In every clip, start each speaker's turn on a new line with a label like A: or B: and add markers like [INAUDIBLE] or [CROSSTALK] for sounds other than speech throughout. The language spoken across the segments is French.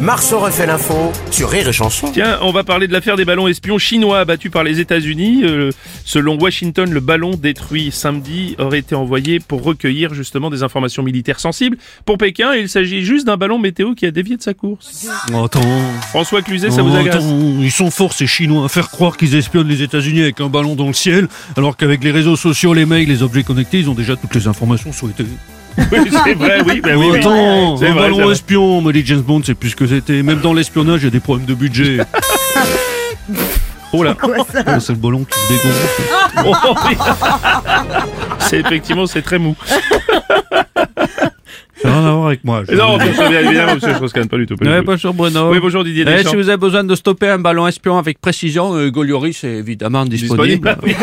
A: Marceau refait l'info sur Rire et Chanson.
B: Tiens, on va parler de l'affaire des ballons espions chinois abattus par les États-Unis. Euh, selon Washington, le ballon détruit samedi aurait été envoyé pour recueillir justement des informations militaires sensibles. Pour Pékin, il s'agit juste d'un ballon météo qui a dévié de sa course.
C: Attends,
B: François Cluzet, ça vous agace
C: Oh, attends, ils sont forts ces Chinois à faire croire qu'ils espionnent les États-Unis avec un ballon dans le ciel, alors qu'avec les réseaux sociaux, les mails, les objets connectés, ils ont déjà toutes les informations souhaitées.
B: Oui, c'est vrai, oui, bah oui, oui.
C: attends,
B: C'est
C: un
B: vrai, c'est
C: ballon
B: vrai.
C: espion, me dit James Bond, c'est plus ce que c'était. Même dans l'espionnage, il y a des problèmes de budget. oh [LAUGHS] là, Oh, c'est le ballon qui se dégonfle.
B: Oh, oui. C'est effectivement, c'est très mou.
C: Ça n'a rien à voir avec moi. je-
B: Non, bien sûr, bien évidemment, monsieur Strauss-Kahn, pas du tout. pas du
D: Ouais,
B: tout.
D: bonjour Bruno.
B: Oui, bonjour Didier
D: Eh,
B: Deschamps.
D: si vous avez besoin de stopper un ballon espion avec précision, euh, Golioris est évidemment disponible.
B: Oui.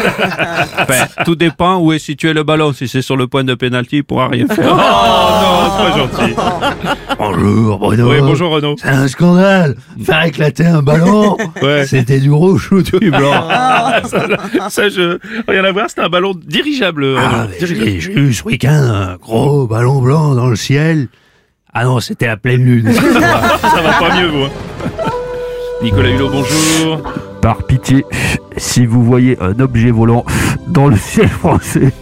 D: Enfin, tout dépend où est situé le ballon. Si c'est sur le point de pénalty, il pourra
B: [LAUGHS]
D: rien
B: Oh
D: faire.
B: non, c'est pas gentil.
E: [LAUGHS] Bonjour Bruno.
B: Oui, bonjour Renaud.
E: C'est un scandale. Faire éclater un ballon, [LAUGHS]
B: Ouais.
E: c'était du rouge ou du blanc.
B: Ça, je... Rien à voir, c'est un ballon dirigeable. euh,
E: Ah,
B: Renaud.
E: mais j'ai j'ai eu ce week-end un gros ballon blanc dans le ciel. Ah non, c'était à pleine lune.
B: Ça va pas mieux, vous. hein.
E: [LAUGHS]
B: Nicolas Hulot, bonjour.
F: Par pitié, si vous voyez un objet volant dans le ciel français,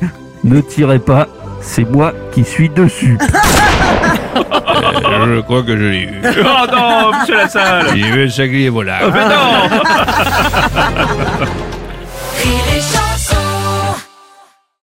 F: ne tirez pas, c'est moi qui suis dessus.
C: Ah. Je crois que je l'ai eu.
B: Oh non, monsieur Lassalle
E: [LAUGHS]
C: Il veut le saglier, voilà.
B: Mais non